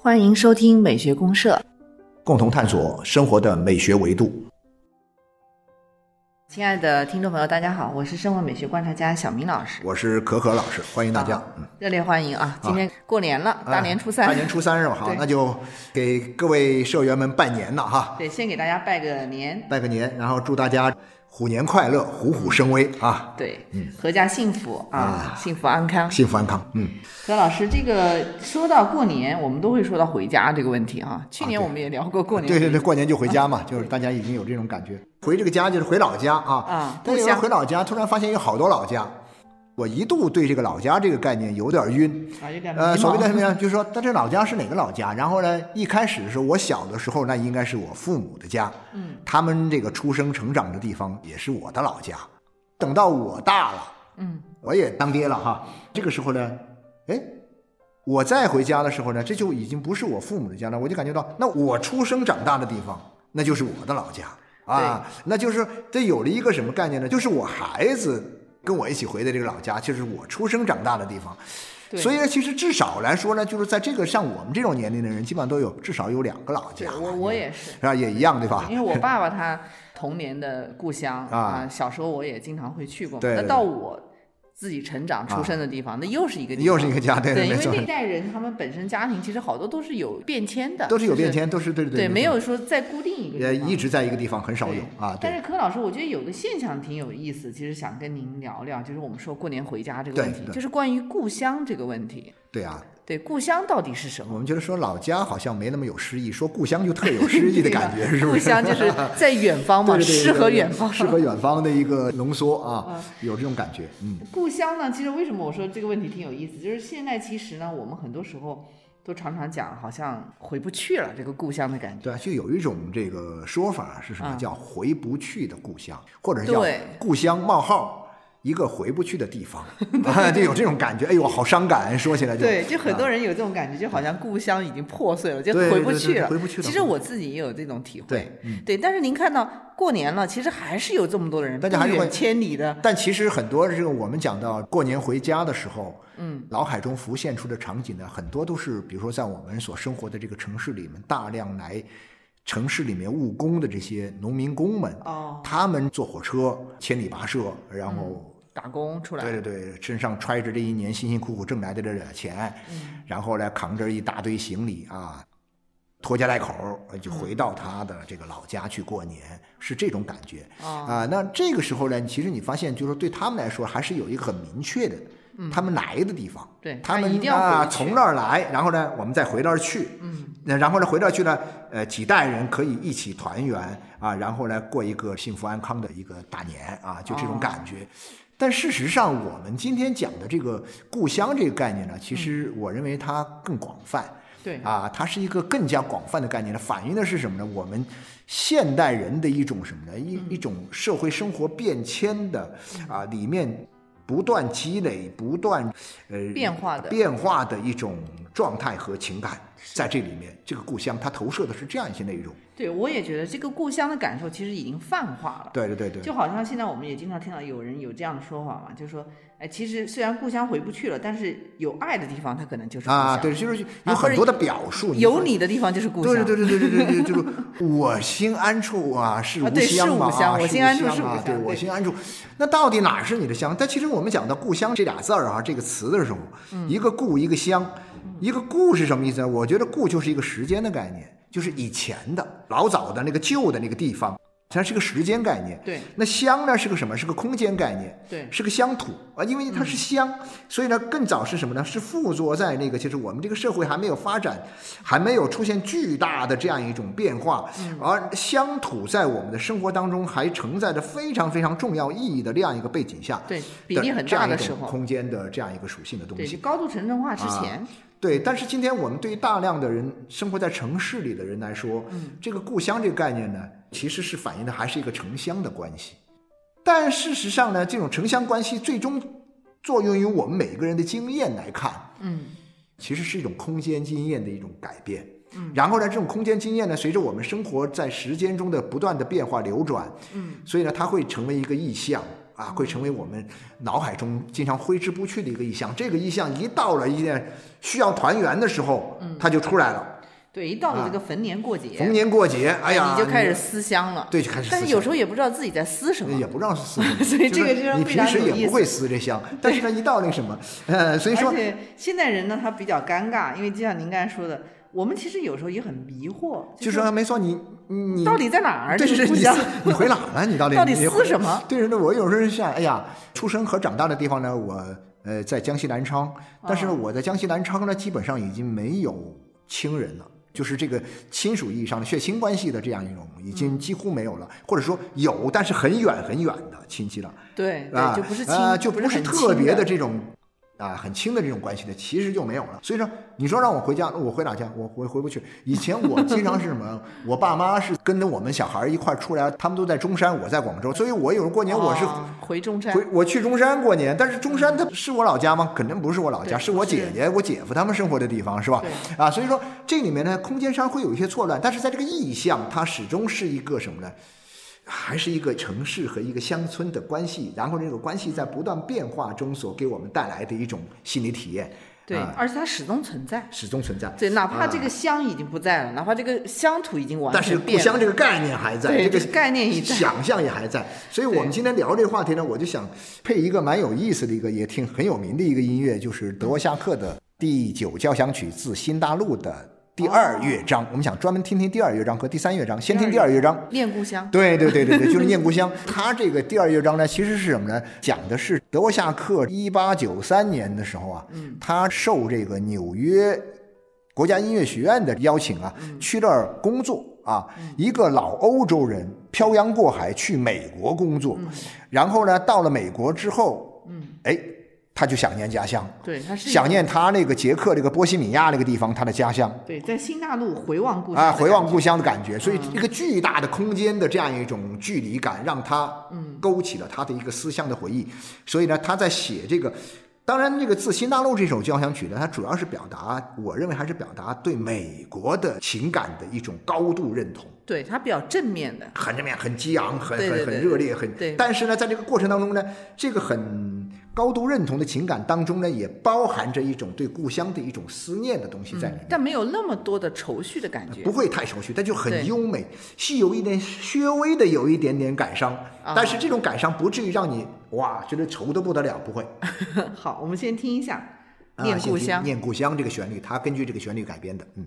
欢迎收听美学公社，共同探索生活的美学维度。亲爱的听众朋友，大家好，我是生活美学观察家小明老师，我是可可老师，欢迎大家。嗯啊热烈欢迎啊！今天过年了，大年初大三，年初三是吧？好对，那就给各位社员们拜年了哈，对，先给大家拜个年，拜个年，然后祝大家虎年快乐，虎虎生威啊，对，阖家幸福啊啊，幸福安康。幸福安康。嗯，何老师，这个说到过年，我们都会说到回家这个问题啊。去年啊对我们也聊过过年，嗯对对对，过年就回家嘛，就是大家已经有这种感觉，回这个家就是回老家啊。啊但故有乡人回老家，突然发现有好多老家，我一度对这个老家这个概念有点晕。啊，有点迷呃，所谓的什茫么呀？就是说，他这老家是哪个老家？然后呢，一开始是我小的时候，那应该是我父母的家，嗯，他们这个出生成长的地方也是我的老家。等到我大了，嗯，我也当爹了哈，这个时候呢，哎，我再回家的时候呢，这就已经不是我父母的家了，我就感觉到，那我出生长大的地方，那就是我的老家啊，那就是这有了一个什么概念呢？就是我孩子跟我一起回的这个老家，就是我出生长大的地方。对所以呢，其实至少来说呢，就是在这个像我们这种年龄的人，基本上都有至少有两个老对家。我我也是，是吧？也一样，对吧？因为我爸爸他童年的故乡 啊啊，小时候我也经常会去过嘛。对那对啊到我自己成长出生的地方，那又是一个地方 又是一个家，对对，因没为错那，一代人他们本身家庭其实好多都是有变迁的，都是有就变迁，都是对对对，没错有说再固定一个也地方一直在一个地方，很少有对啊。但对是柯老师，我觉得有个现象挺有意思，其实想跟您聊聊，就是我们说过年回家这个对问题，对就是关于故乡这个问题。对啊，对，故乡到底是什么？我们觉得说老家好像没那么有诗意，说故乡就特有诗意的 感觉，是不故是？乡 就是在远方嘛，对对对诗和对对远方。适合远方的一个浓缩啊，有这种感觉，嗯，故乡呢，其实为什么我说这个问题挺有意思，就是现在其实呢，我们很多时候都常常讲，好像回不去了这个故乡的感觉。对啊，就有一种这个说法是什么？嗯叫回不去的故乡，或者是叫对故乡冒号一个回不去的 地方，啊，就有这种感觉。哎呦，好伤感，说起来就对，就很多啊人有这种感觉，就好像故乡已经破碎了，就对回不对对去对了。回不去了其实我自己也有这种体会。对，嗯。对，但是您看到过年了，其实还是有这么多的人，大家还是不远会千里的，但其实很多这个我们讲到过年回家的时候，嗯，脑海中浮现出的场景呢，很多都是比如说在我们所生活的这个城市里面，大量来城市里面务工的这些农民工们，哦，他们坐火车千里跋涉，然后打工出来，对对对，身上揣着这一年辛辛苦苦挣来的这点钱，嗯然后呢扛着一大堆行李啊，拖家带口儿嗯就回到他的这个老家去过年，是这种感觉哦啊、那这个时候呢，其实你发现，就是说对他们来说，还是有一个很明确的，他们来的地方，嗯对他他们一定要啊回去从那儿来，然后呢，我们再回那儿去，嗯，那然后呢，回到去呢，呃，几代人可以一起团圆啊，然后呢，过一个幸福安康的一个大年啊，就这种感觉。哦但事实上，我们今天讲的这个故乡这个概念呢，其实我认为它更广泛。对，啊，它是一个更加广泛的概念呢，反映的是什么呢？我们现代人的一种什么呢？嗯一一种社会生活变迁的啊，里面不断积累、不断呃变化的变化的一种状态和情感，在这里面，这个故乡它投射的是这样一些内容。对我也觉得这个故乡的感受其实已经泛化了。对对对对，就好像现在我们也经常听到有人有这样的说法嘛，就是说，哎，其实虽然故乡回不去了，但是有爱的地方，它可能就是故乡；啊，对，就是啊有或很者多的表述，有会你的地方就是故乡。对对对对对对对， 就是我心安处啊，是啊吾对是乡嘛吾乡啊我是心吾安处乡是吾啊乡对对我心安处。那到底哪是你的乡？但其实我们讲到故乡这俩字儿啊，这个词的时候，嗯一个故一个乡，一个故是什么意思呢？我觉得故就是一个时间的概念，就是以前的老早的那个旧的那个地方，它是个时间概念。对那乡呢是个什么？是个空间概念。对是个乡土啊，因为它嗯是乡，所以呢，更早是什么呢？是附着在那个，就是我们这个社会还没有发展，还没有出现巨大的这样一种变化，嗯而乡土在我们的生活当中还承载着非常非常重要意义的这样一个背景下，对比例很大的时这样一种候，空间的这样一个属性的东对，西就。高度城镇化之啊前，对，但是今天我们对于大量的人生活在城市里的人来说，这个故乡这个概念呢，其实是反映的还是一个城乡的关系。但事实上呢，这种城乡关系最终作用于我们每个人的经验来看，嗯，其实是一种空间经验的一种改变。嗯，然后呢，这种空间经验呢，随着我们生活在时间中的不断的变化流转，嗯，所以呢，它会成为一个意象啊，会成为我们脑海中经常挥之不去的一个意象。这个意象一到了一件需要团圆的时候，嗯它就出来了。对，一到了这个逢年过节，啊逢年过节，哎呀，你就开始思乡了。对，就开始思但乡。哎是有时候也不知道自己在思什么，也。不让撕 所以这个就就是非你平常时有意也不思会撕这香，但是呢，一到那个什么，呃，所以说而且现代人呢，他比较尴尬，因为就像您刚才说的，我们其实有时候也很迷惑，就是说没错，你你到底在哪儿？对就是不你知道撕你回哪儿了？你到 底到底你撕什么？对对对，我有时候是想，哎呀，出生和长大的地方呢，我呃在江西南昌，但哦是呢我在江西南昌呢，基本上已经没有亲人了。就是这个亲属意义上的血亲关系的这样一种，已嗯经几乎没有了，或者说有，但是很远很远的亲戚了。对啊，对，就不是亲，啊，就不是很特亲别的的这种啊很亲的这种关系的，其实就没有了。所以说，你说让我回家，我回哪去？我回回不去。以前我经常是什么？ 我爸妈是跟着我们小孩一块儿出来，他们都在中山，我在广州，所以我有时候过年我是。哦回中山，回我去中山过年，但是中山它是我老家吗？肯定不是我老家，对是我姐姐、我姐夫他们生活的地方，是吧？啊，所以说这里面呢，空间上会有一些错乱，但是在这个意象，它始终是一个什么呢？还是一个城市和一个乡村的关系，然后这个关系在不断变化中所给我们带来的一种心理体验，对，啊而且它始终存在。始终存在。对，哪怕这个乡已经不在了，哪怕这个乡土已经完但是全故变了，乡这个概念还在，对这个这个概念也在想象也还在。所以我们今天聊这个话题呢，我就想配一个蛮有意思的一个，也挺很有名的一个音乐，就是德沃夏克的第九交响曲自新大陆的第二乐章。我们想专门听听第二乐章和第三乐章，先听第二乐章。恋故乡。对对对对对，就是念故乡。他这个第二乐章呢，其实是什么呢？讲的是德沃夏克一八九三年的时候啊，他受这个纽约国家音乐学院的邀请啊，去那儿工作啊。一个老欧洲人漂洋过海去美国工作，然后呢，到了美国之后，哎，他就想念家乡，对，它是一想个念他那个捷克那个波西米亚那个地方，他的家乡。对，在新大陆回望故乡啊，的回感嗯望故乡的感觉，所以一个巨大的空间的这样一种距离感，让他勾起了他的一个思乡的回忆。所以呢，他在写这个，当然这个《自新大陆》这首交响曲呢，它主要是表达，我认为还是表达对美国的情感的一种高度认同。对，它比较正面的，很怎么样，很激昂，很对对很对很热烈，很对。但是呢，在这个过程当中呢，这个很高度认同的情感当中呢，也包含着一种对故乡的一种思念的东西在里面。但没有那么多的愁绪的感觉不。会太愁绪，但就对很优美，是有一点稍微的有一点点感伤，啊但是这种感伤不至于让你哇觉得愁得不得了，不会。 好，我们先听一下《啊念先故听乡》。念故乡这个旋律，它根据这个旋律改编的，嗯。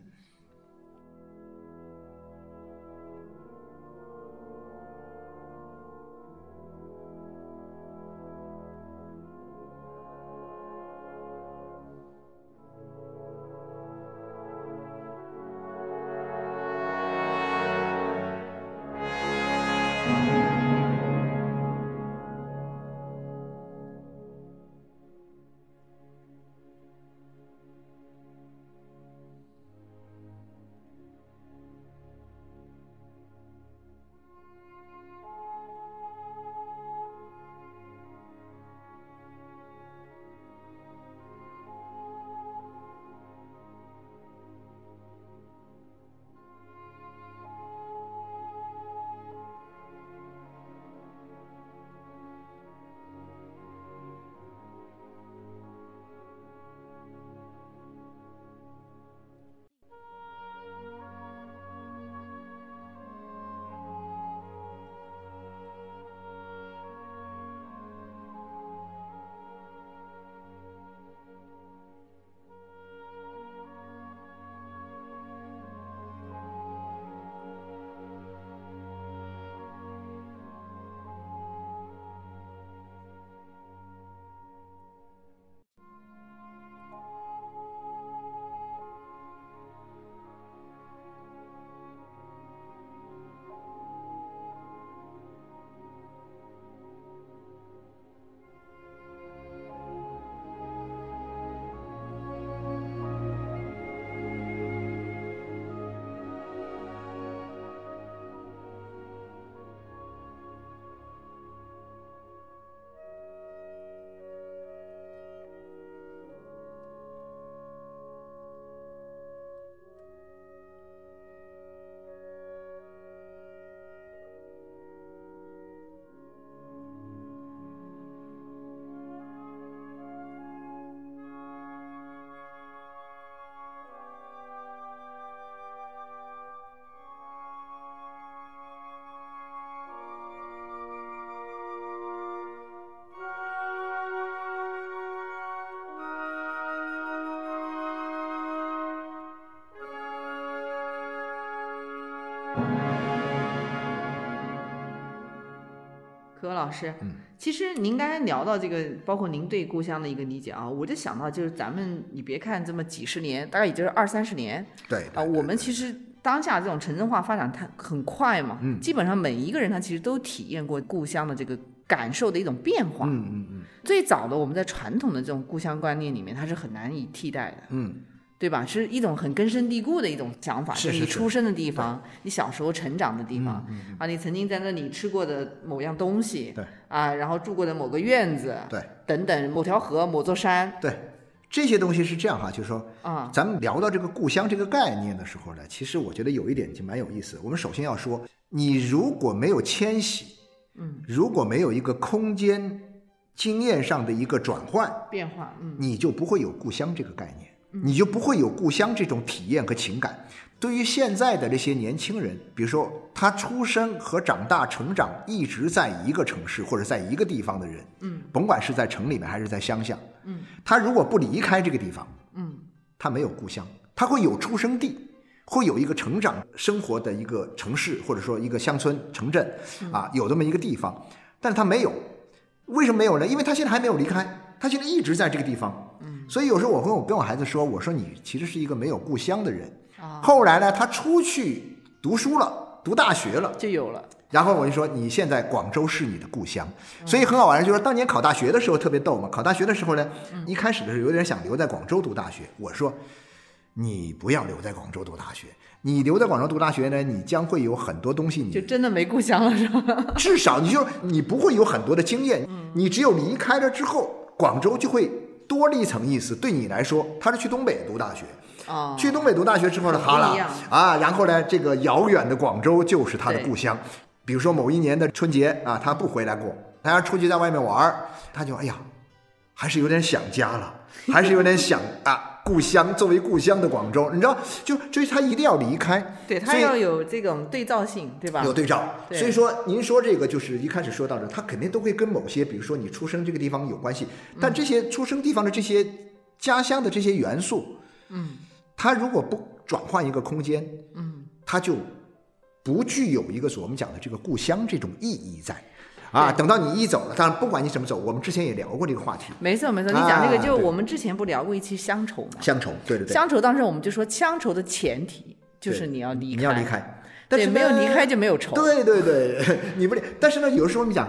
可可老师，嗯，其实您刚才聊到这个，包括您对故乡的一个理解啊，我就想到就是咱们，你别看这么几十年，大概也就是二三十年对啊，我们其实当下这种城镇化发展它很快嘛，嗯基本上每一个人他其实都体验过故乡的这个感受的一种变化。嗯嗯嗯最早的我们在传统的这种故乡观念里面，它是很难以替代的。嗯，对吧？是一种很根深蒂固的一种想法，是就是你是嗯出生的地方，你小时候成长的地方，啊，你曾经在那里吃过的某样东西，对，啊，然后住过的某个院子，对，等等，某条河、某座山，对，这些东西是这样哈，就是说，啊，咱们聊到这个故乡这个概念的时候呢，其实我觉得有一点就蛮有意思。我们首先要说，你如果没有迁徙，嗯，如果没有一个空间经验上的一个转换，变化，嗯，你就不会有故乡这个概念，你就不会有故乡这种体验和情感。对于现在的这些年轻人，比如说他出生和长大、成长一直在一个城市或者在一个地方的人，嗯，甭管是在城里面还是在乡下，嗯，他如果不离开这个地方，嗯，他没有故乡，他会有出生地，会有一个成长生活的一个城市，或者说一个乡村、城镇啊，有这么一个地方，但是他没有，为什么没有呢？因为他现在还没有离开，他现在一直在这个地方。嗯，所以有时候我跟我跟我孩子说，我说你其实是一个没有故乡的人。啊，后来呢，他出去读书了，读大学了，就有了，然后我就说，你现在广州是你的故乡，所以很好玩。就是当年考大学的时候特别逗嘛。考大学的时候呢，一开始的时候有点想留在广州读大学。我说，你不要留在广州读大学，你留在广州读大学呢，你将会有很多东西就你真的没故乡了，是吧？至少你就你不会有很多的经验，你只有离开了之后，广州就会多了一层意思。对你来说，他是去东北读大学，啊，去东北读大学之后呢，很不好一了样啊，然后呢，这个遥远的广州就是他的对故乡。比如说某一年的春节啊，他不回来过，他要出去在外面玩儿，他就哎呀，还是有点想家 了，还是有点想啊故乡作为故乡的广州，你知道，就就是他一定要离开，对，它所以要有这种对照性，对吧有？对照。啊对所以说，您说这个就是一开始说到的，它肯定都会跟某些，比如说你出生这个地方有关系，嗯但这些出生地方的这些家乡的这些元素，嗯它如果不转换一个空间，嗯，它就不具有一个我们讲的这个故乡这种意义在。啊，对等到你一走了，当然不管你怎么走，我们之前也聊过这个话题，没错没错，你讲这个啊就对我们之前不聊过一期乡愁嘛？乡愁，对对对，乡愁当时我们就说，乡愁的前提就是对你要离开，你要离，开，但对，是没有呢离开就没有愁，对对对，你不理。但是呢，有时候我们讲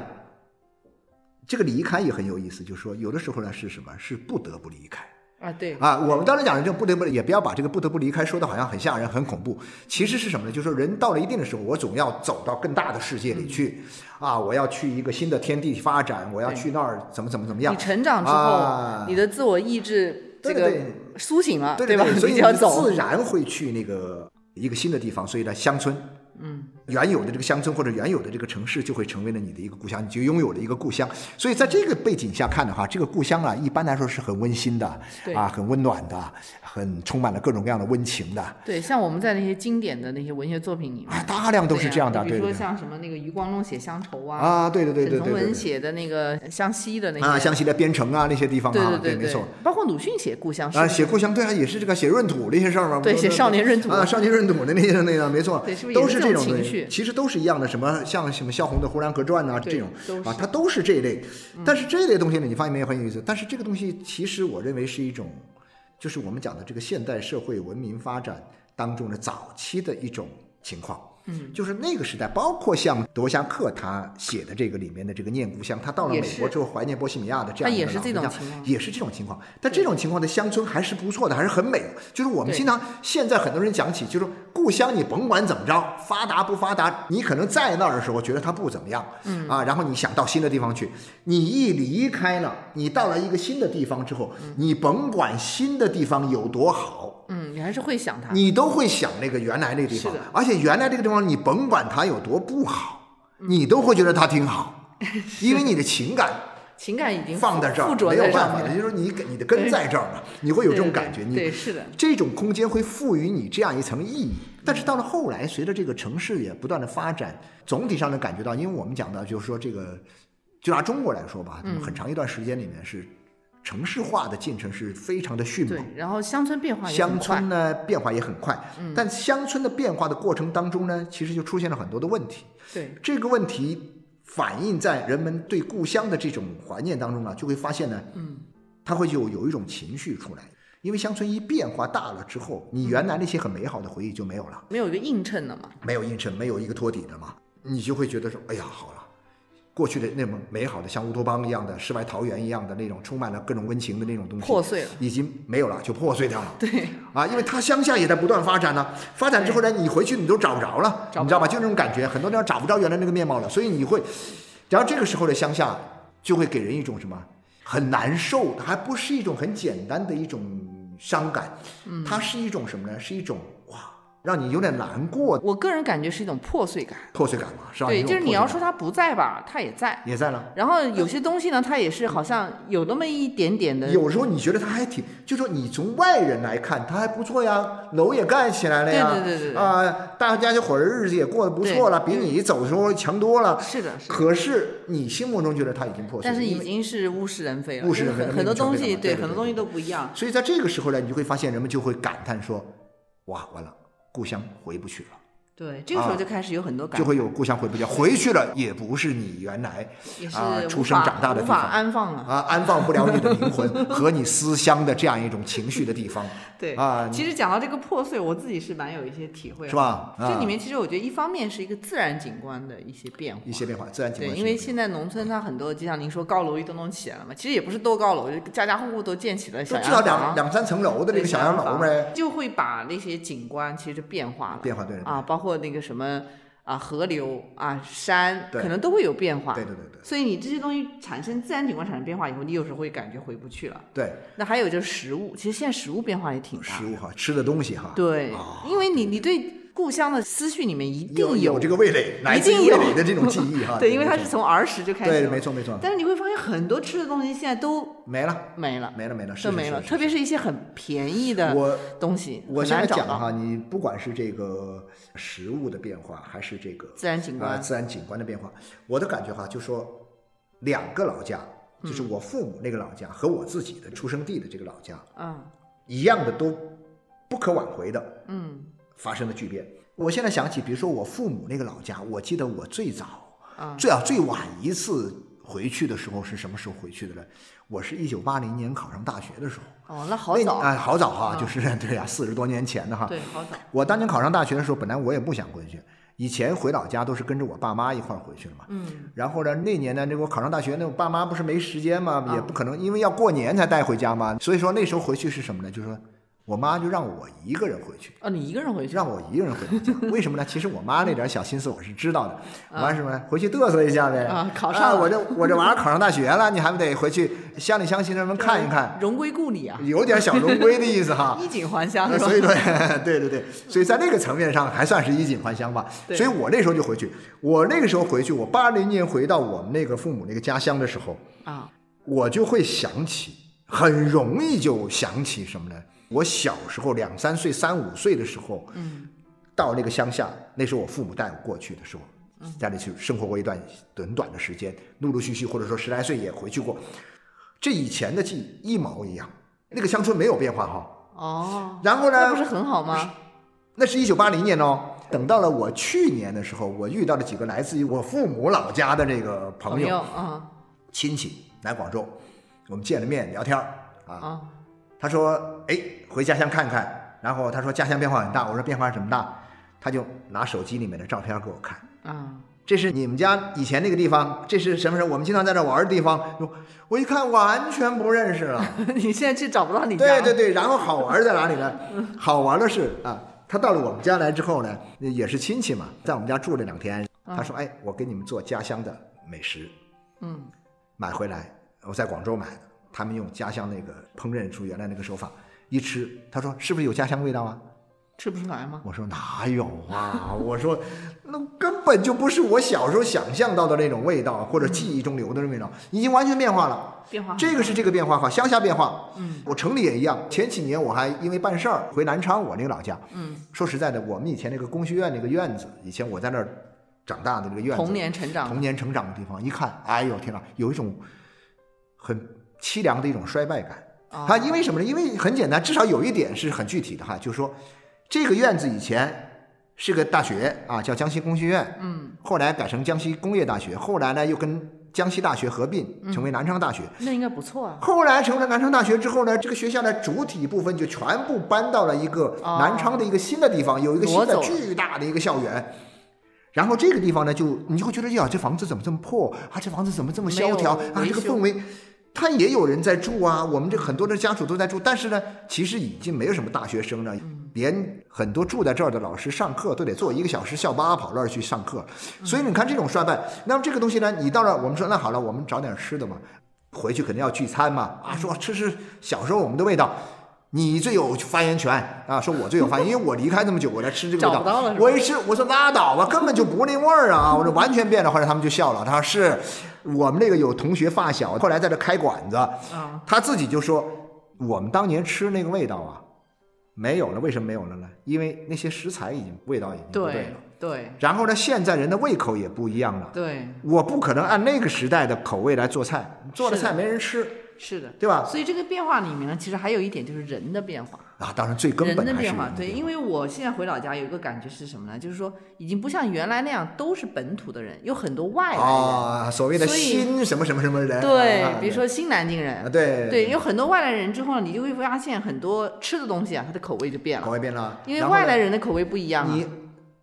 这个离开也很有意思，就是说有的时候呢是什么？是不得不离开啊，对，啊。我们当然讲的这个不得不，也不要把这个不得不离开说的好像很吓人、很恐怖。其实是什么呢？就是说人到了一定的时候，我总要走到更大的世界里去啊，我要去一个新的天地发展，我要对去那儿怎么怎么怎么样你。成长之后，啊你的自我意志这对个对苏醒了，对对啊吧？ 对，所以你就要你走自，然会去那个一个新的地方，所以呢，乡村嗯，原有的这个乡村或者原有的这个城市就会成为了你的一个故乡，你就拥有了一个故乡。所以在这个背景下看的话，这个故乡啊，一般来说是很温馨的，对啊，很温暖的，很充满了各种各样的温情的，对，像我们在那些经典的那些文学作品里面，啊，大量都是这样的，对呀对比如对说对，像什么那个余光中写乡愁啊，啊，对对对对沈从对对文对，写的那个湘西的那些，啊，湘西的边城啊那些地方对啊对，对没错。，包括鲁迅写故乡诗啊，，写故乡对啊，也是这个写闰土这些事儿嘛，对不写少年闰土啊，少年闰土的那些那个没错，对是不是也都是是这种种情东绪西？其实都是一样的，什么像什么萧红的《呼兰河传》呐对这种都啊是，嗯它都是这一类。但是这一类东西呢，你发现没有很有意思？但是这个东西其实我认为是一种，就是我们讲的这个现代社会文明发展当中的早期的一种情况。嗯，就是那个时代，包括像德沃夏克他写的这个里面的这个念故乡，他到了也美国是之后怀念波西米亚的这他样一也个是老这人种家情况也是这种情况。但这种情况的乡村还是不错的，还是很美。就是我们对经常现在很多人讲起，就是故乡，你甭管怎么着，发达不发达，你可能在那儿的时候觉得它不怎么样，嗯啊，然后你想到新的地方去，你一离开了，你到了一个新的地方之后，嗯你甭管新的地方有多好，嗯，你还是会想他，你都会想那个原来那个地方是的，而且原来这个地方，你甭管它有多不好，嗯你都会觉得它挺 好，因为你的情感情感已经放在这儿，附着没有在办上法面的，了，就是你给你的根在这儿了，你会有这种对对感觉，对，你是的，这种空间会赋予你这样一层意义。但是到了后来，随着这个城市也不断的发展，总体上能感觉到，因为我们讲到就是说这个，就拿中国来说嗯吧，很长一段时间里面是城市化的进程是非常的迅猛对。，然后乡村变化也很乡快嗯村，呢变化也很快，但乡村的变化的过程当中呢，其实就出现了很多的问题。对，这个问题反映在人们对故乡的这种怀念当中呢，啊就会发现呢，嗯，它会有有一种情绪出来。因为乡村一变化大了之后，你原来那些很美好的回忆就没有了，没有一个映衬的嘛。没有映衬，没有一个托底的嘛，你就会觉得说，哎呀，好了，过去的那么美好的像乌托邦一样的世外桃源一样的那种充满了各种温情的那种东西，破碎了已经没有了，就破碎掉了。 对，啊，因为它乡下也在不断发展呢、发展之后呢，你回去你都找不着了，找不着你知道吧？就那种感觉，很多地方找不着原来那个面貌了，所以你会，然后这个时候的乡下就会给人一种什么很难受的，还不是一种很简单的一种伤感，嗯它是一种什么呢？是一种哇，让你有点难过的我个人感觉是一种破碎感。破碎感嘛，是吧？对，有一就种是你要破碎说感它不在吧，它也在。也在了。然后有些东西呢，它也是好像有那么一点点的，有时候你觉得他还挺，就说你从外人来看他还不错呀，楼也盖起来了呀，对对对对对啊、大家伙儿日子也过得不错了，比对对你走的时候强多了。是的，是的。可是你心目中觉得他已经破碎但了，是因已为经是物是人非了，物是人非就是了很很多东没有西成对对很多对啊东西都不一样。所以在这个时候呢，你就会发现人们就会感叹说，哇，完了，故乡回不去了，对，这个时候就开始有很多感就，会有故乡回不去，回去了也不是你原来也是啊出无生法长大的无地法方。安放了。啊，安放不了你的灵魂 和你思乡的这样一种情绪的地方，对啊其实讲到这个破碎，我自己是蛮有一些体会的，是？吧？啊这里面其实我觉得一方面是一个自然景观的一些变化，一些变化，自然景对，观因是为有现在农村它很多，就像您说高楼一栋栋起来了嘛，其实也不是多高楼，就家家户户都建起了都小至少洋两房，两三层楼的那对个小洋楼，小呗，房就会把那些景观其实就变化了，变化对对对啊，包括那个什么啊河流啊山，对可能都会有变化。对对对对所以你这些东西产生自然景观产生变化以后，你有时候会感觉回不去了。对，那还有就是食物，其实现在食物变化也挺大食。物哈，吃的东西哈，对啊，因为你你对故乡的思绪里面一定有有这个味蕾，来一自于定味有蕾的这种记忆 哈，对，因为它没是错从儿时就开始啊对，了没错没错，但是你会发现很多吃的东西现在都没了没了，没了没了，是都没了，特别是是一些很便宜是的我。东西，我很现在难找讲到。哈，你不管是这个食物的变化，还是这个自然景观啊自然景观的变化，我的感觉哈，就说两个老家，嗯就是我父母那个老家和我自己的出生地的这个老家，嗯一样的都不可挽回的，嗯发生了巨变。我现在想起，比如说我父母那个老家，我记得我最早、嗯最早最晚一次回去的时候是什么时候回去的呢？我是一九八零年考上大学的时候，哦，那好那啊早，哎，好早哈，嗯就是 对呀、四十多年前的哈。对，好早。我当年考上大学的时候，本来我也不想回去，以前回老家都是跟着我爸妈一块儿回去的嘛。嗯，然后呢，那年呢，这个我考上大学，那我爸妈不是没时间嘛，啊也不可能，因为要过年才带回家嘛。所以说那时候回去是什么呢？就是说我妈就让我一个人回去。哦，你一个人回去？让我一个人回家， 为什么呢？其实我妈那点小心思我是知道的，我妈什么呢？回去嘚瑟一下呗。啊考上了我这我这玩意儿考上大学了，你还不得回去乡里乡亲他们看一看，荣归故里啊，有点小荣归的意 思哈。衣锦还乡是吧？啊 呃所以说，对对对，所以在那个层面上还算是衣锦还乡吧。对所以我那时候就回去，我那个时候回去，我八零年回到我们那个父母那个家乡的时候，啊，我就会想起，很容易就想起什么呢？我小时候两三岁、三五岁的时候，嗯，到那个乡下，那时候我父母带我过去的时候，嗯家里去生活过一段短短的时间，陆陆续续或者说十来岁也回去过，这以前的记忆一毛一样，那个乡村没有变化哈。哦，然后那不是呢，很好吗？那是一九八零年哦。等到了我去年的时候，我遇到了几个来自于我父母老家的这个朋友、啊亲戚来广州，我们见了面聊天儿啊，啊，他说：“哎，回家乡看看。”然后他说家乡变化很大，我说变化是什么大？他就拿手机里面的照片给我看，啊， 这是你们家以前那个地方，这是什么什么？我们经常在这玩的地方。我我一看完全不认识了。你现在去找不到你家 对了，对对，然后嗯好玩在哪里呢？好玩的是啊，他到了我们家来之后呢，也是亲戚嘛，在我们家住了两天。他说：“哎，我给你们做家乡的美食。”嗯，买回来，我在广州买的，他们用家乡那个烹饪出原来那个手法，一吃，他说是不是有家乡味道啊？吃不出来吗？我说哪有啊？我说那根本就不是我小时候想象到的那种味道，或者记忆中留的那种味道，已经完全变化了。变化很这个是这个变化哈，乡下变化。嗯，我城里也一样。前几年我还因为办事儿回南昌，我那个老家。嗯，说实在的，我们以前那个工学院那个院子，以前我在那儿长大的那个院子，童年成长童年成长的地方，一看，哎呦天哪，有一种很凄凉的一种衰败感。啊它因为什么呢？因为很简单，至少有一点是很具体的哈，就是说这个院子以前是个大学啊，叫江西工学院，嗯，后来改成江西工业大学，后来呢又跟江西大学合并，嗯成为南昌大学。那应该不错啊。后来成了南昌大学之后呢，这个学校的主体部分就全部搬到了一个哦南昌的一个新的地方，有一个新挪的走了巨大的一个校园。然后这个地方呢，就你就会觉得呀，这房子怎么这么破啊？这房子怎么这么萧条没有啊？维这个修氛围，它也有人在住啊。我们这很多的家属都在住，但是呢，其实已经没有什么大学生了，嗯连很多住在这儿的老师上课都得坐一个小时校巴跑那儿去上课。所以你看这种衰败，那么这个东西呢，你到了我们说那好了，我们找点吃的嘛，回去肯定要聚餐嘛，啊，说吃吃小时候我们的味道，你最有发言权啊，说我最有发 言，因为我离开这么久，我来吃这个找味道，不到了是吧我一吃，我说拉倒吧，根本就不那味 儿啊，我这完全变了。后来他们就笑了，他说是我们那个有同学发小，后来在这开馆子，啊，他自己就说我们当年吃那个味道啊，没有了，为什么没有了呢？因为那些食材已经味道已经不对了。对对然后呢，现在人的胃口也不一样了，对，我不可能按那个时代的口味来做菜，做了是的菜没人吃，是的。对吧？所以这个变化里面呢，其实还有一点就是人的变化。啊，当然最根本人的还是变化，人对，因为我现在回老家有一个感觉是什么呢？就是说已经不像原来那样都是本土的人，有很多外来人。啊，所谓的所以新什么什么什么人，啊对，比如说新南京人啊，，对对，有很多外来人之后，你就会发现很多吃的东西啊，它的口味就变口了，味变了，因为哦然后外呢来人的口味不一样啊你。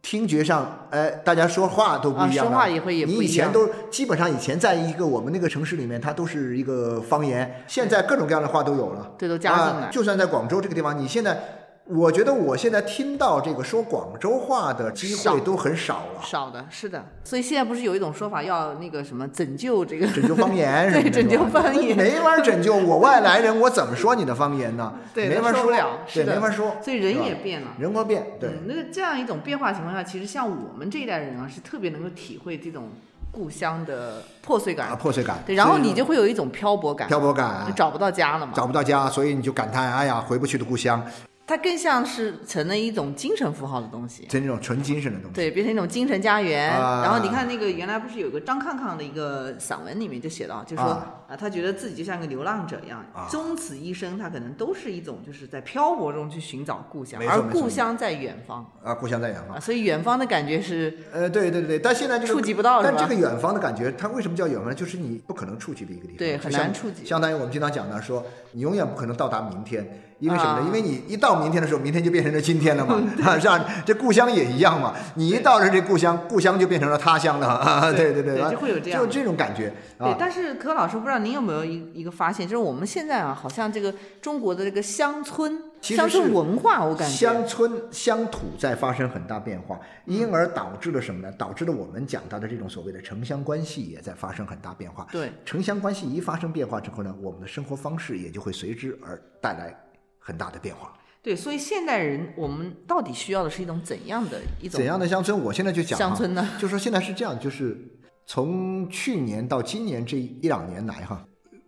听觉上，哎，大家说话都不一样啊说话也会也不一样你以前都基本上以前在一个我们那个城市里面，它都是一个方言，现在各种各样的话都有了，对都加进来啊就算在广州这个地方，你现在，我觉得我现在听到这个说广州话的机少会都很少了。少的，是的，所以现在不是有一种说法要那个什么拯救这个拯救方言对什么的啊拯救方言 没法拯救我外来人，我怎么说你的方言呢？对没法说不了对，是的没法说，所以人是吧也变了。人会变，对，嗯，那这样一种变化情况下，其实像我们这一代人啊，是特别能够体会这种故乡的破碎啊，感，破碎感，对，然后所以你就会有一种漂泊感，漂泊感就，找不到家了嘛。找不到家，所以你就感叹，哎呀，回不去的故乡，它更像是成了一种精神符号的东西，这种纯精神的东西。对，变成一种精神家园。啊然后你看那个原来不是有个张抗抗的一个散文里面就写到，就说啊啊他觉得自己就像个流浪者一样，啊终此一生，他可能都是一种就是在漂泊中去寻找故乡没，错而没错故乡在远方啊，故乡在远方啊，。所以远方的感觉是呃，对对对对，但现在这个触及不到是但吧这个远方的感觉，它为什么叫远方呢？就是你不可能触及的一个地方，对就很难像触及相当于我们经常讲的说，你永远不可能到达明天，因为什么呢？啊因为你一到明天的时候，明天就变成了今天 了嘛，啊，是吧？这故乡也一样嘛，你一到了这故乡，故乡就变成了他乡了，啊， 对对对啊就会有这样就这种感觉对啊，，但是柯老师，不知道您有没有一一个发现，就是我们现在啊，好像这个中国的这个乡村、其实乡是村文化，我感觉乡村乡土在发生很大变化，嗯因而导致了什么呢？导致了我们讲到的这种所谓的城乡关系也在发生很大变化。对，城乡关系一发生变化之后呢，我们的生活方式也就会随之而带来很大的变化。对，所以现代人我们到底需要的是一种怎样的一种怎样的乡村？我现在就讲、啊、乡村呢？就说现在是这样，就是从去年到今年这一两年来哈，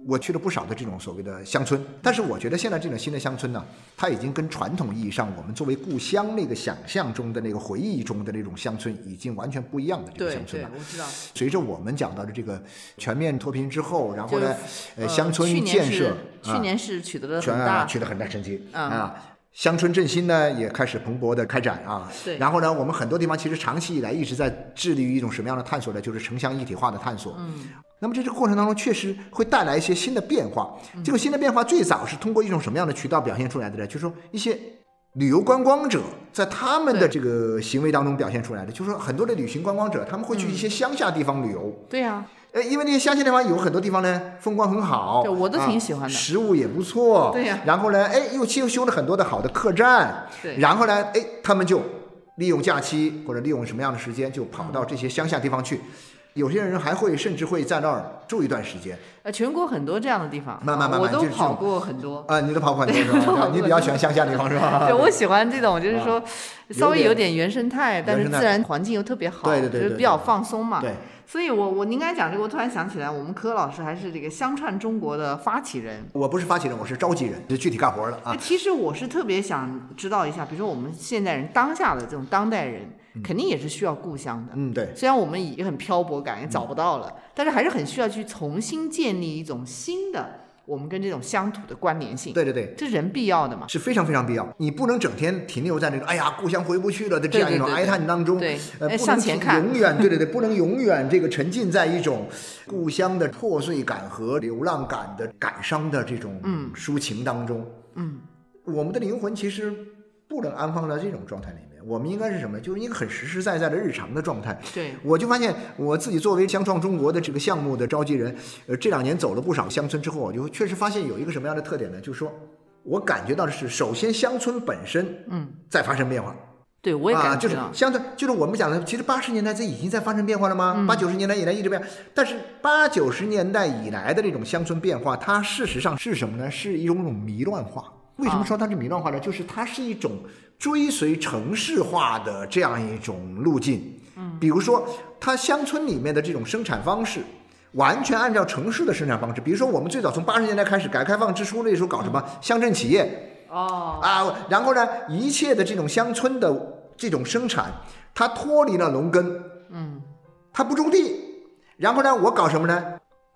我去了不少的这种所谓的乡村，但是我觉得现在这种新的乡村呢，它已经跟传统意义上我们作为故乡那个想象中的那个回忆中的那种乡村已经完全不一样的这个对乡村对了，。我知道，随着我们讲到的这个全面脱贫之后，然后呢，呃呃，乡村建去年设，是,、去啊年是取得了全很啊大，取得很大成绩、嗯啊。乡村振兴呢也开始蓬勃的开展啊，对然后呢，我们很多地方其实长期以来一直在致力于一种什么样的探索呢？就是城乡一体化的探索。嗯，那么在这个过程当中，确实会带来一些新的变化。嗯这个新的变化最早是通过一种什么样的渠道表现出来的呢？就是说一些旅游观光者在他们的这个行为当中表现出来的，就是说很多的旅行观光者他们会去嗯一些乡下地方旅游。对啊呀、呃，因为那些乡下地方有很多地方呢，风光很好，对我都啊挺喜欢的食物也不错，对呀然后呢，哎，又修修了很多的好的客栈，对然后呢，哎，他们就利用假期或者利用什么样的时间，就跑嗯到这些乡下地方去。有些人还会甚至会在那儿住一段时间，呃，全国很多这样的地方，慢慢啊慢慢我就都是这跑种过很 多。啊、你的跑 款多是对跑吧？款你比较喜欢乡下地方 是吧？对，我喜欢这种，就是啊说有稍微有点点原生态，但原是生态自然环境又特别好，对对对就是对比较对放松嘛。对，所以我我您刚才讲这个，我突然想起来，我们柯老师还是这个乡串中国的发起人。我不是发起人，我是召集人，就具体干活了啊那。其实我是特别想知道一下，比如说我们现代人当下的这种当代人，嗯肯定也是需要故乡的。嗯，对，虽然我们嗯已经很漂泊感，也找不到了，但是还是很需要去重新建立一种新的我们跟这种乡土的关联性。对对对，这人必要的嘛。是非常非常必要。你不能整天停留在那种哎呀故乡回不去了的这样一种对对对哀对叹当中，对呃，哎不向能前停看永远 对对对，不能永远这个沉浸在一种故乡的破碎感和流浪感的感伤的这种嗯抒情当中。嗯，我们的灵魂其实不能安放在这种状态里面，我们应该是什么？就是一个很实实在在的日常的状态。对，我就发现我自己作为乡创中国的这个项目的召集人，呃，这两年走了不少乡村之后，我就确实发现有一个什么样的特点呢？就是说我感觉到的是，首先乡村本身嗯，在发生变化，对，我也啊，感就觉是到，乡村，就是我们讲的，其实八十年代这已经在发生变化了嗯吗？八九十年代以来一直变，但是八九十年代以来的这种乡村变化，它事实上是什么呢？是一种种迷乱化。为什么啊说它是迷乱化呢？就是它是一种追随城市化的这样一种路径。嗯，比如说它乡村里面的这种生产方式。完全按照城市的生产方式，比如说我们最早从八十年代开始，改革开放之初那时候搞什么乡镇企业，哦，啊，然后呢，一切的这种乡村的这种生产，它脱离了农耕，嗯，它不种地，然后呢，我搞什么呢？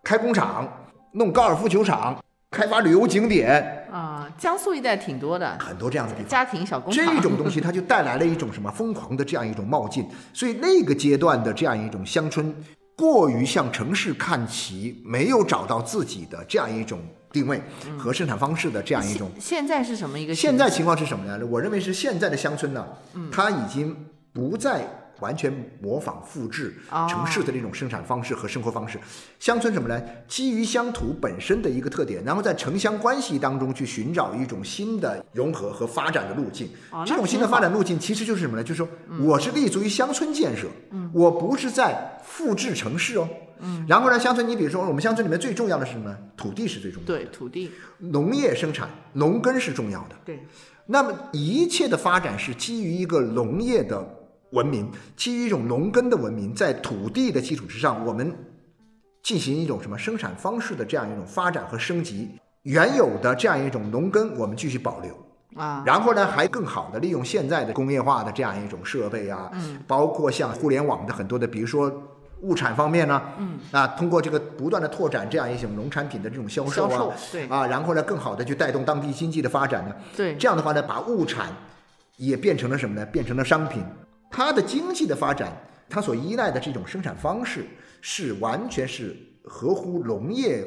开工厂，弄高尔夫球场，开发旅游景点，啊，江苏一带挺多的很多这样的地方。家庭小工厂，这种东西，它就带来了一种什么疯狂的这样一种冒进，所以那个阶段的这样一种乡村，过于向城市看齐，没有找到自己的这样一种定位和生产方式的这样一种现现在是什么一个情现况？在情况是什么呢？我认为是现在的乡村呢，它已经不再完全模仿复制哦城市的这种生产方式和生活方式。乡村什么呢？基于乡土本身的一个特点，然后在城乡关系当中去寻找一种新的融合和发展的路径。哦那嗯这种新的挺好发展路径其实就是什么呢？就是说，我是立足于乡村建设，嗯我不是在复制城市哦。然后呢，乡村，你比如说，我们乡村里面最重要的是什么呢？土地是最重要的，对土地，农业生产、农耕是重要的。对那么一切的发展是基于一个农业的文明，基于一种农耕的文明，在土地的基础之上，我们进行一种什么生产方式的这样一种发展和升级。原有的这样一种农耕，我们继续保留，啊，然后呢，还更好的利用现在的工业化的这样一种设备啊，嗯包括像互联网的很多的，比如说物产方面呢、嗯，啊，通过这个不断的拓展这样一种农产品的这种销售销啊，售对啊，然后呢，更好的去带动当地经济的发展呢、对这样的话呢，把物产也变成了什么呢？变成了商品。它的经济的发展，它所依赖的这种生产方式，是完全是合乎农业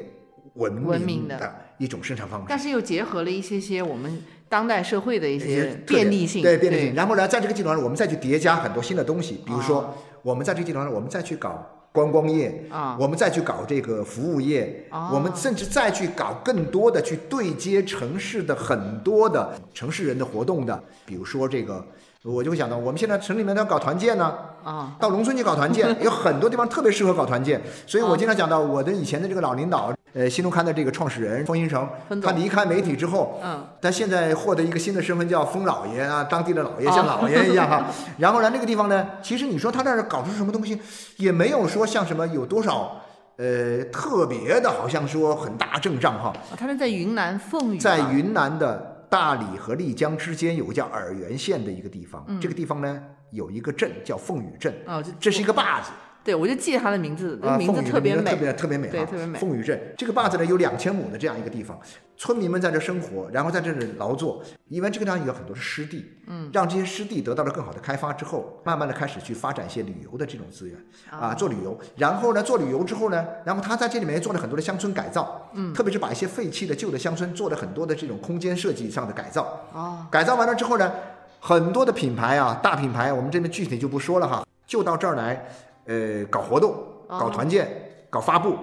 文文明明的的一种生产方式。但是又结合了一些些我们当代社会的一一些些特点便利性，对便利性。然后呢，在这个基础上，我们再去叠加很多新的东西，比如啊说，我们在这个基础上，我们再去搞观光业啊我们再去搞这个服务业啊我们甚至再去搞更多的去对接城市的很多的城市人的活动的，比如说这个，我就会想到，我们现在城里面都要搞团建呢、啊，到农村去搞 团建，有很多地方特别适合搞团建，所以啊我经常讲到我的以前的这个老领导，呃，新周刊的这个创始人封新成封，总他离开媒体之后，嗯，他现在获得一个新的身份叫封老爷啊，当地的老爷哦像老爷一样哈。然后呢，那个地方呢，其实你说他在这儿搞出什么东西，也没有说像什么有多少呃特别的，好像说很大阵仗哈。哦他是在云南凤啊雨，在，云南的大理和丽江之间有个叫洱源县的一个地方，这个地方呢有一个镇叫凤雨镇，哦，就这是一个坝子。对我就记得他的名字，那啊，个名凤字雨特别特美，别特别美，对啊特别美凤雨镇这个坝子呢有两千亩的这样一个地方，村民们在这生活，然后在这里劳作，因为这个地方有很多是湿地，嗯，让这些湿地得到了更好的开发之后，慢慢的开始去发展一些旅游的这种资源哦啊，做旅游，然后呢做旅游之后呢，然后他在这里面也做了很多的乡村改造，嗯，特别是把一些废弃的旧的乡村做了很多的这种空间设计上的改造，哦，改造完了之后呢，很多的品牌啊，大品牌，我们这边具体就不说了哈，就到这儿来，呃，搞活动、哦搞团建、搞发布，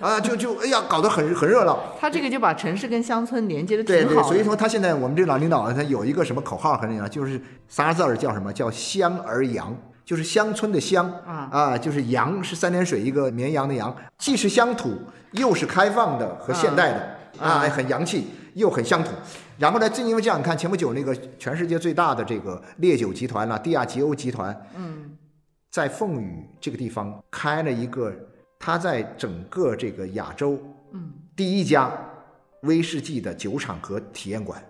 啊，就就哎呀，搞得很很热闹。他这个就把城市跟乡村连接的对挺对，好所以的，说他现在我们这老领导啊他有一个什么口号很厉害，就是仨字儿叫什么？叫乡儿扬，就是乡村的乡啊就是扬是三点水一个绵羊的羊，既是乡土又是开放的和现代的啊啊很洋气又很乡土。然后呢，正因为这样，你看前不久那个全世界最大的这个烈酒集团啊，蒂亚吉欧集团，嗯，在凤雨这个地方开了一个，它在整个这个亚洲，嗯，第一家威士忌的酒厂和体验馆。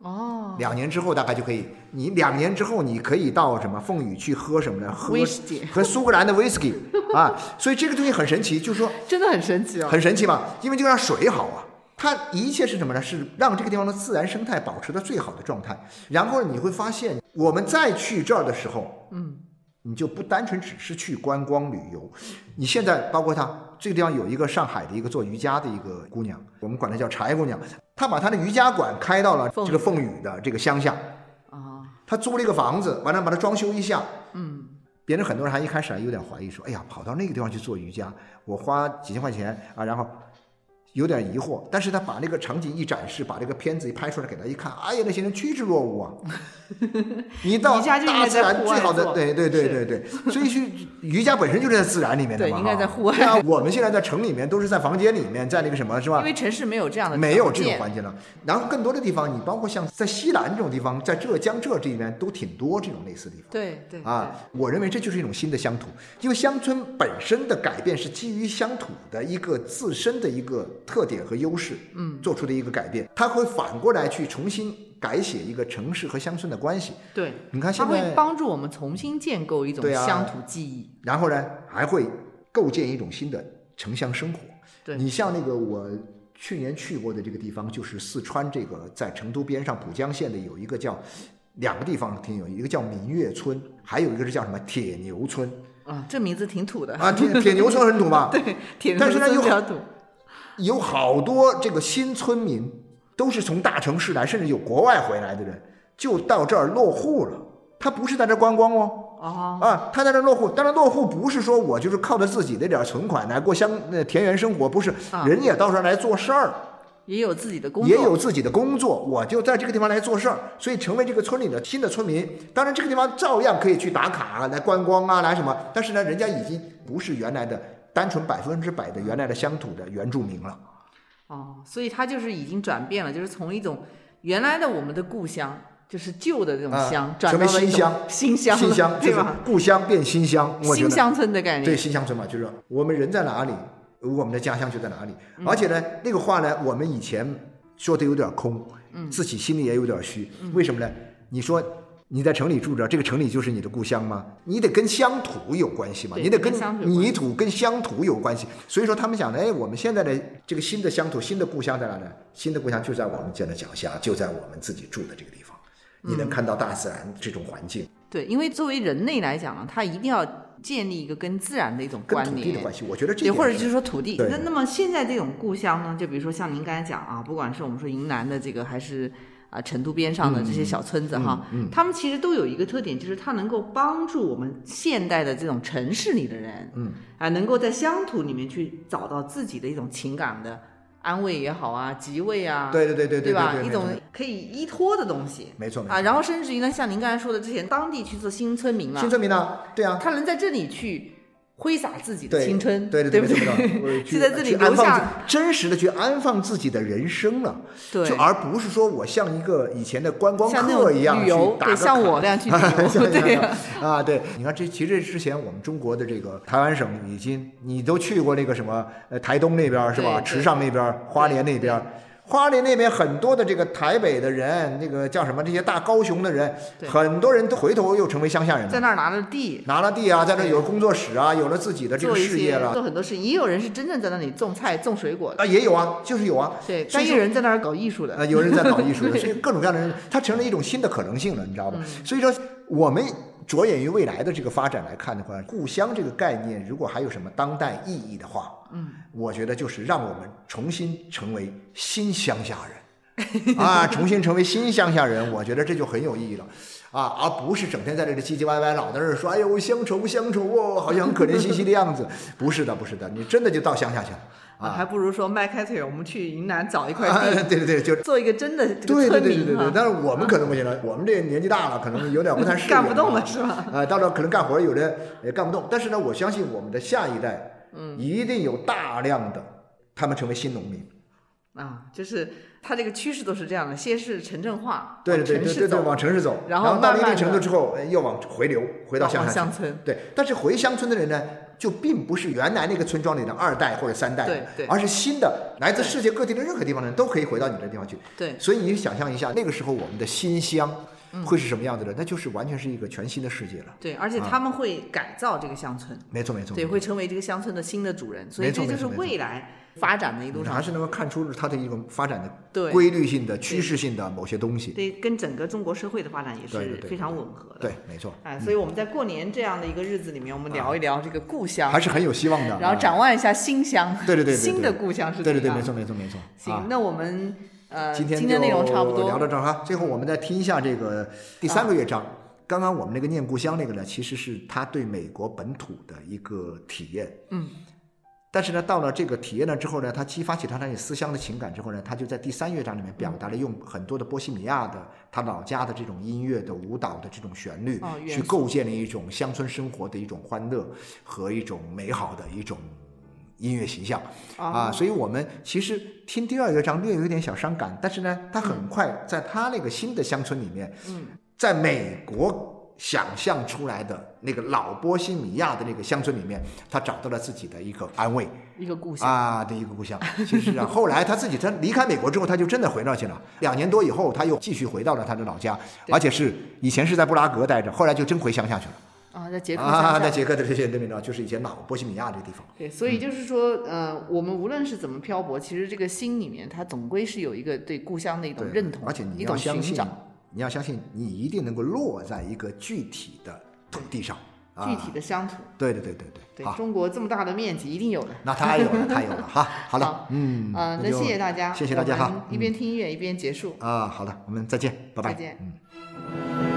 哦，两年之后大概就可以，你两年之后你可以到什么凤雨去喝什么呢？喝威士忌 和苏格兰的 whisky 啊，所以这个东西很神奇，就是说真的很神奇哦，很神奇吧，因为这个让水好啊。它一切是什么呢？是让这个地方的自然生态保持到最好的状态。然后你会发现，我们再去这儿的时候，嗯，你就不单纯只是去观光旅游。你现在包括它这个地方有一个上海的一个做瑜伽的一个姑娘，我们管她叫柴姑娘，她把她的瑜伽馆开到了这个凤凤羽的这个乡下，啊，她租了一个房子，完了把它装修一下，嗯，别人很多人还一开始还有点怀疑，说：“哎呀，跑到那个地方去做瑜伽，我花几千块钱啊，然后有点疑惑。”但是他把那个场景一展示，把这个片子一拍出来，给他一看，哎呀，那些人趋之若鹜啊！ 你到瑜伽就应大该自在户外然最好的，做对对对是对对，所以是瑜伽本身就是在自然里面的对嘛，应该在哈户外对啊我们现在在城里面都是在房间里面，在那个什么是吧因？为城市没有这样的没条有这种件环境了。然后更多的地方，你包括像在西南这种地方，在浙江这这里面都挺多这种类似的地方。对嗯对啊，我认为这就是一种新的乡土，因为乡村本身的改变是基于乡土的一个自身的一个特点和优势，嗯，做出的一个改变，它会反过来去重新改写一个城市和乡村的关系。对，你看它现会在，帮助我们重新建构一种对啊乡土记忆。然后呢，还会构建一种新的城乡生活。对你像那个我去年去过的这个地方，就是四川这个在成都边上浦江县的有一个叫两个地方挺有，一个叫民乐村，还有一个是叫什么铁牛村。啊，这名字挺土的，啊，铁铁牛村很土嘛， 对，铁但牛是它村又比较好土。有好多这个新村民都是从大城市来，甚至有国外回来的人，就到这儿落户了。他不是在这儿观光哦，哦，啊，他在这儿落户。当然，落户不是说我就是靠着自己那点儿存款来过乡呃田园生活，不是啊，人也到这儿来做事儿，也有自己的工作，也有自己的工作，我就在这个地方来做事儿，所以成为这个村里的新的村民。当然，这个地方照样可以去打卡啊，来观光啊，来什么，但是呢，人家已经不是原来的单纯百分之百的原来的乡土的原住民了。哦，所以它就是已经转变了，就是从一种原来的我们的故乡，就是旧的这种啊乡，成转到为了一新种乡新乡了，新乡就对是吧？故乡变新乡，我觉新得乡村的概念，对新乡村嘛，就是我们人在哪里，我们的家乡就在哪里。嗯而且呢，那个话呢，我们以前说的有点空，嗯自己心里也有点虚。为什么呢？你说你在城里住着，这个城里就是你的故乡吗？你得跟乡土有关系嘛，对你得跟跟乡土有关系泥土跟乡土有关系。所以说他们讲的，哎，我们现在的这个新的乡土、新的故乡在哪呢？新的故乡就在我们家的脚下，就在我们自己住的这个地方。嗯你能看到大自然这种环境，对因为作为人类来讲啊，它一定要建立一个跟自然的一种跟关土地联的。关系，我觉得这对，点或者是就是说土地。对那那么现在这种故乡呢，就比如说像您刚才讲啊，不管是我们说云南的这个，还是啊、成都边上的这嗯些小村子哈，他们其实都有一个特点，就是它能够帮助我们现代的这种城市里的人，嗯，啊，能够在乡土里面去找到自己的一种情感的安慰也好啊，吉慰啊，对对对对对吧？对一没种可以依托的东西没错没错啊。然后甚至于呢，像您刚才说的，之前当地去做新村民啊，新村民呢？对啊，他能在这里去挥洒自己的对青春，对对对不对 对对，对？我就去在这里去留安放下，自真实的去安放自己的人生了，对就，而不是说我像一个以前的观光像那客种一样旅游去，打对，个像卡我那样 去旅像 游，这对样的啊，对，你看这其实之前我们中国的这个台湾省已经，你都去过那个什么呃台东那边儿是吧？对对池上那边儿、花莲那边儿。花莲那边很多的这个台北的人，那个叫什么这些大高雄的人，对很多人都回头又成为乡下人在了，那儿拿着地。拿了地啊，在那儿有了工作室啊，有了自己的这个做一事业些了，做很多事，也有人是真正在那里种菜、种水果的，啊，也有啊，就是有啊，对，所但以也有人在那儿搞艺术的啊，，有人在搞艺术的，对所以各种各样的人，它成了一种新的可能性了，你知道吧？所以说，我们着眼于未来的这个发展来看的话，故乡这个概念如果还有什么当代意义的话，嗯，我觉得就是让我们重新成为新乡下人。啊，重新成为新乡下人，我觉得这就很有意义了，啊，而不是整天在这里唧唧歪歪，老在这儿说，哎呦，乡愁乡愁哦，好像很可怜兮兮的样子。不是的，不是的，你真的就到乡下去了啊啊！还不如说迈开腿，我们去云南找一块啊，地， 对对对，就做一个真的这对个对村对对对民对哈，，但是我们可能不行了，我们这年纪大了，可能有点不太适 应，干不动了是吧？啊，到时候可能干活有的也干不动，但是呢，我相信我们的下一代，嗯，一定有大量的他们成为新农民，啊，就是它这个趋势都是这样的，先是城镇化，对往对对城市对对对，走往城市走，然然后到了慢一慢定地程度之后，呃又往回流，回到往乡往下去。乡村，对，但是回乡村的人呢，就并不是原来那个村庄里的二代或者三代，对对而是新的来自对世界各地的任何地方的人都可以回到你这地方去。对，所以你想象一下，那个时候我们的新乡嗯会是什么样子的？那就是完全是一个全新的世界了。对，而且啊他们会改造这个乡村，没错，没错，对，没错会成为这个乡村的新的主人，所以没错这就没是错没错未来发展的一路你上还，是能够看出它的一种发展的对规律性的、趋势性的某些东西。对，跟整个中国社会的发展也对对是对非常对吻合的。对，嗯没错，哎，所以我们在过年这样的一个日子里面，我们聊一聊这个故乡，啊还是很有希望的。然后啊展望一下新乡，对对对对对新的故乡是对对怎对，样没错没错没错。行，啊，那我们呃今天的内容就差不多聊到这儿哈。最后我们再听一下这个第三个乐章。刚刚我们那个念故乡那个呢，其实是他对美国本土的一个体验。嗯，但是呢，到了这个体验了之后呢，他激发起他那里思乡的情感之后呢，他就在第三乐章里面表达了用很多的波西米亚的他老家的这种音乐的舞蹈的这种旋律，哦元素去构建了一种乡村生活的一种欢乐和一种美好的一种音乐形象。啊，所以我们其实听第二乐章略有一点小伤感，但是呢，他很快在他那个新的乡村里面，嗯，在美国想象出来的那个老波西米亚的那个乡村里面，他找到了自己的一个安慰一个故乡。啊的一个故乡。其实啊，后来他自己他离开美国之后，他就真的回到去了。两年多以后，他又继续回到了他的老家，对而且是以前是在布拉格待着，后来就真回乡下去了啊，在捷克乡啊，下。在捷克的这些那边呢，就是以前老波西米亚这个地方。对，所以就是说，呃，我们无论是怎么漂泊，其实这个心里面，它总归是有一个对故乡的一种对，认同，而且一你要种寻相信找。，你要相信，你一定能够落在一个具体的土地上，啊、具体的乡土。对对对对对，对好，中国这么大的面积，一定有的。那太有 了，太有了哈，好了好，嗯，啊，那就谢谢大家，谢谢大家我哈嗯们，一边听音乐一边结束。嗯啊，好了，我们再见，拜拜，再见嗯。嗯